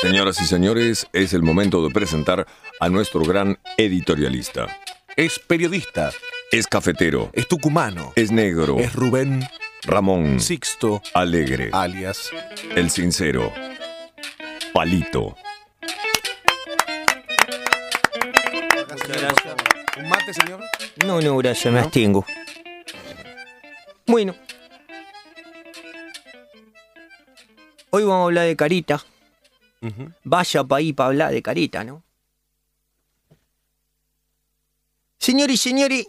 Señoras y señores, es el momento de presentar a nuestro gran editorialista. Es periodista, Es cafetero, es tucumano, es negro, es Ah. Rubén Ramón, Sixto, alegre, alias. el sincero, palito. ¿Un mate, señor? No, no, gracias, me abstengo. Bueno. Hoy vamos a hablar de carita. Vaya para ahí para hablar de carita, ¿no? Señores y señores,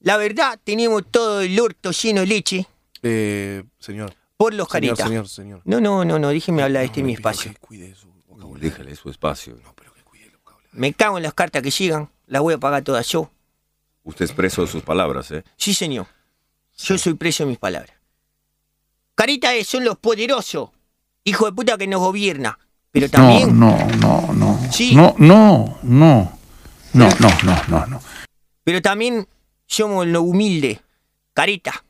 la verdad tenemos todo el orto lleno de leche Eh, señor. por los Señor, caritas. señor, señor. No, no, no, no, déjeme hablar de este No, mi le pido espacio. que cuide su vocabulario. Déjale su espacio. No, pero que cuide el vocabulario. Me cago en las cartas que llegan, las voy a pagar todas yo. Usted es preso de sus palabras, ¿eh? Sí, señor. Yo soy preso de mis palabras. Carita es- son los poderosos. Hijo de puta que nos gobierna. Pero también... No, no, no, no. Sí. No, no, no. No, no, no, no, no. Pero también somos los humildes. Carita.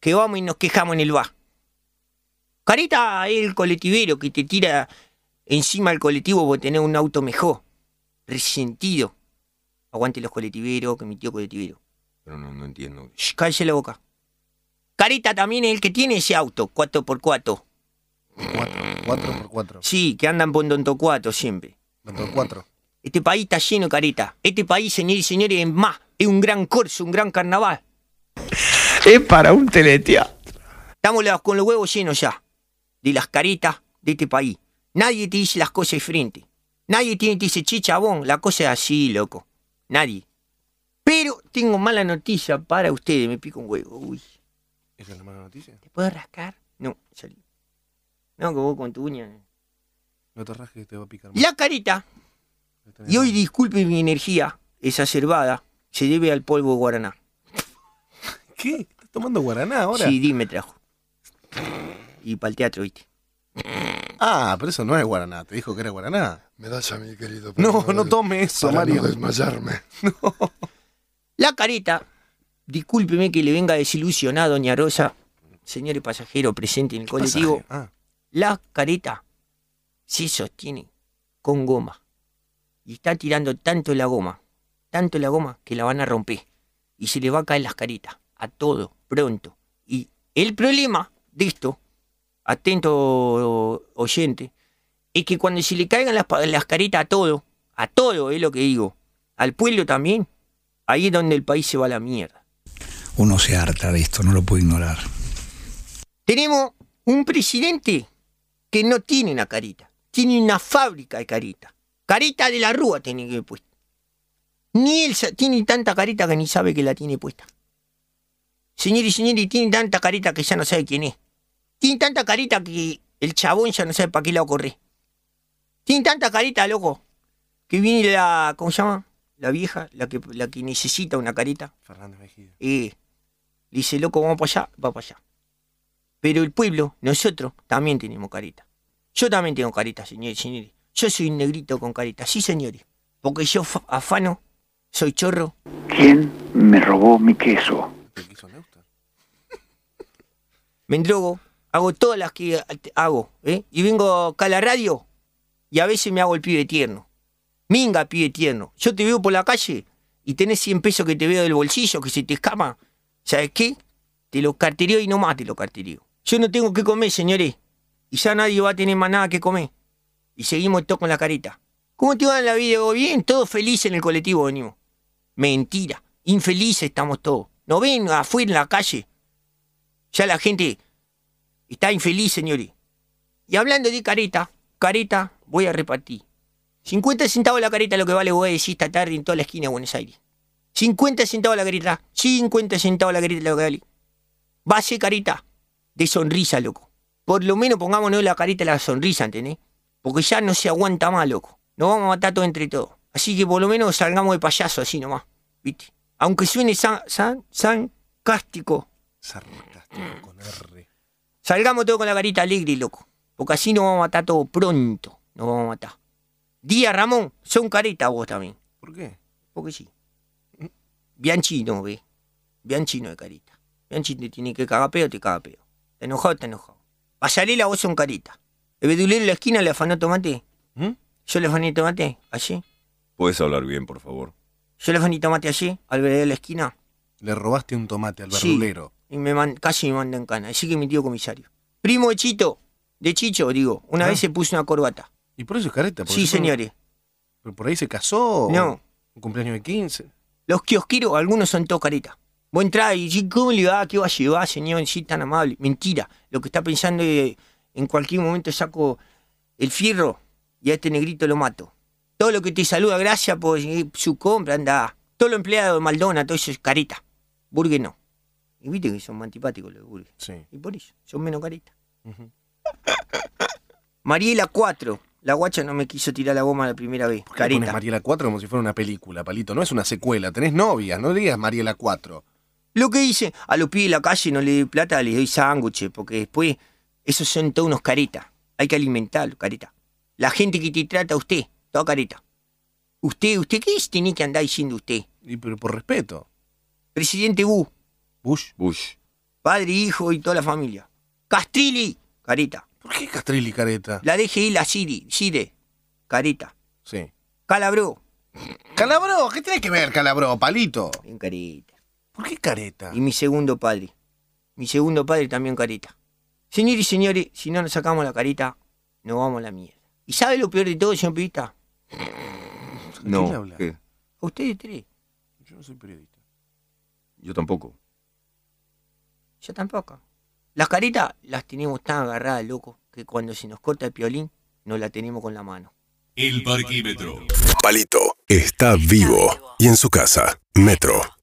Que vamos y nos quejamos en el bar. Carita es el colectivero que te tira encima al colectivo por tener un auto mejor. Resentido. Aguante los colectiveros, que mi tío colectivero. Pero no, no entiendo. Shh, cállese la boca. Carita también es el que tiene ese auto, 4x4. Cuatro, cuatro por cuatro. Sí, que andan por Donto 4 siempre. Por cuatro. Este país está lleno de carita. Este país, señores y señores, es más. Es un gran corso, un gran carnaval. Es para un teleteatro. Estamos los- con los huevos llenos ya. De las caritas de este país. Nadie te dice las cosas de frente. Nadie tiene, te dice, che, chabón, la cosa es así, loco. Nadie. Pero tengo mala noticia para ustedes. Me pico un huevo. Uy. ¿Esa es la mala noticia? ¿Te puedo rascar? No, salí. No, que vos con tu uña. No te rasques, te va a picar más. La carita, y hoy disculpe mi energía exacerbada, se debe al polvo de guaraná. ¿Qué? ¿Estás tomando guaraná ahora? Sí, di me trajo. Y para el teatro, viste. Ah, pero eso no es guaraná. Te dijo que era guaraná. Me das a mi querido. para No, no des- tome eso, para Mario. no desmayarme. La careta, discúlpeme que le venga desilusionada, doña Rosa, señores pasajeros presentes en el colectivo. Ah, La careta se sostiene con goma. Y está tirando tanto la goma, tanto la goma que la van a romper. Y se le va a caer las caretas. A todo, pronto. Y el problema de esto, atento oyente, es que cuando se le caigan las, pa- las caretas a todo, a todo es lo que digo, al pueblo también, ahí es donde el país se va a la mierda. uno se harta de esto, no lo puede ignorar. Tenemos un presidente que no tiene una carita, tiene una fábrica de carita. Carita de la rúa tiene que haber puesto. Ni él sa- tiene tanta carita que ni sabe que la tiene puesta. Señores y señores, tiene tanta carita que ya no sabe quién es. Tiene tanta carita que el chabón ya no sabe para qué lado correr. Tiene tanta carita, loco, que viene la. ¿Cómo se llama? La vieja, la que, la que necesita una carita. Fernández Mejía. Eh, le dice, loco, vamos para allá, va para allá. Pero el pueblo, nosotros, también tenemos carita. Yo también tengo carita, señores y señores. Yo soy un negrito con carita, sí, señores. Porque yo fa- afano, soy chorro. ¿Quién me robó mi queso? ¿Te quiso Neusta? me drogo, hago todas las que hago, ¿eh? Y vengo acá a la radio y a veces me hago el pibe tierno. Minga, pibe tierno. Yo te veo por la calle y tenés 100 pesos que te veo del bolsillo, que se te escama. ¿Sabes qué? Te lo cartereo y nomás te lo cartereo. Yo no tengo que comer, señores. Y ya nadie va a tener más nada que comer. Y seguimos todo con la careta. ¿Cómo te va en la vida? ¿Vos Bien, todos felices en el colectivo venimos. Mentira. Infelices estamos todos. No ven afuera en la calle. Ya la gente está infeliz, señores. Y hablando de careta, careta voy a repartir. 50 centavos la careta lo que vale, voy a decir esta tarde en toda la esquina de Buenos Aires. 50 centavos la careta, 50 centavos la careta lo que vale. Va a ser careta de sonrisa, loco. Por lo menos pongámonos la careta de la sonrisa, ¿entendés? Porque ya no se aguanta más, loco. Nos vamos a matar todo entre todos. Así que por lo menos salgamos de payaso así nomás, ¿viste? Aunque suene san, san, sancástico, Mm. Sarcástico con R. Salgamos todos con la carita alegre, loco. Porque así nos vamos a matar todo pronto. Nos vamos a matar. Día, Ramón, son careta vos también. ¿Por qué? Porque sí. Bianchino, ve. Bianchino de carita. Bianchino te tiene que cagar pedo, te caga pedo. Te enojado, te enojado. Pasarela, vos son carita. El verdulero de la esquina le afanó tomate. ¿Mm? Yo le fané tomate allí. ¿Puedes hablar bien, por favor? Yo le fané tomate allí, al ver de la esquina. Le robaste un tomate al Sí. verdulero. y me man- casi me manda en cana. Así que mi tío comisario. Primo de Chito, de Chicho, digo, una Ah. vez se puso una corbata. Y por eso es careta. porque Sí, yo- señores. ¿Pero por ahí se casó? No. ¿Un cumpleaños de 15? Los kiosqueros, algunos son todos careta. Vos entrás y decís, ¿cómo le va? ¿Qué va a llevar, señor? Sí, tan amable. Mentira. Lo que está pensando es, en cualquier momento saco el fierro y a este negrito lo mato. Todo lo que te saluda, gracias por eh, su compra, anda. Todo lo empleado de Maldona, todo eso es careta. Burger no. Y viste que son más antipáticos los de Burger. Sí. Y por eso, son menos caritas. Mariela 4. La guacha no me quiso tirar la goma la primera vez. ¿Por qué le pones Careta. Mariela 4 como si fuera una película, Palito? No es una secuela. Tenés novias, no digas Mariela 4. Lo que hice, a los pies de la calle no le doy plata, les doy sándwiches, porque después esos son todos unos caretas. Hay que alimentarlos, careta. La gente que te trata a usted, toda careta. Usted, usted, ¿qué es? Tiene que andar diciendo usted. Y, pero por respeto. Presidente Bu, Bush. Bush. padre, hijo y toda la familia. Castrilli, careta. ¿Por qué Castrilli careta? La DGI, la Siri, Sire, careta. Sí. Calabró, Calabro, ¿qué tiene que ver Calabro, Palito? bien careta. ¿Por qué careta? Y mi segundo padre. Mi segundo padre también careta. Señores y señores, si no nos sacamos la careta, nos vamos a la mierda. ¿Y sabe lo peor de todo, señor Pivita? quién le No. habla? ¿qué? A ustedes tres. Yo no soy periodista. Yo tampoco. Yo tampoco. Las caretas las tenemos tan agarradas, loco, que cuando se nos corta el piolín, nos la tenemos con la mano. El parquímetro. Palito está vivo y en su casa. Metro